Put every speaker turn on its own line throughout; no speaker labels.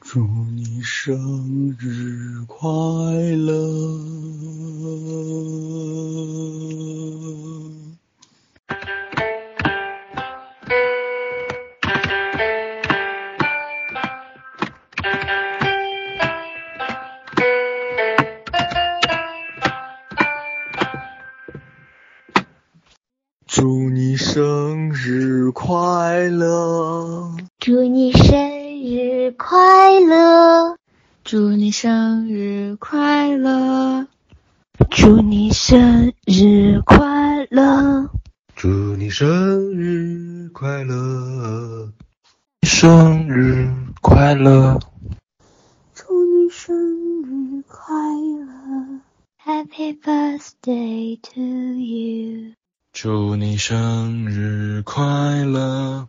祝你生日快乐！祝你生日快乐！
祝你生日快乐，
祝你生日快乐，
祝你生日快乐，
祝你生日快乐，
生日快乐
祝你生日快乐
，Happy birthday to you。
祝你生日快乐，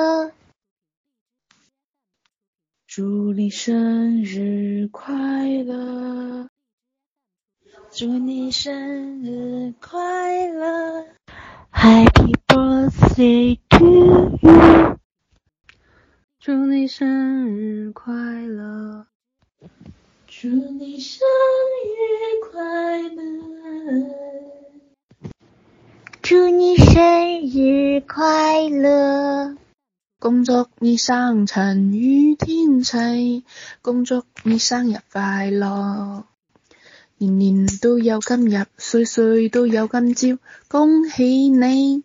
祝你生日快乐，
祝你生
祝
日快乐，
你生日快乐，Happy birthday to you，
祝你生日快乐，
祝你生日快乐，
祝你生日快乐，
恭祝你生辰與天齊，恭祝你生日快樂，年年都有今日，歲歲都有今朝，恭喜你！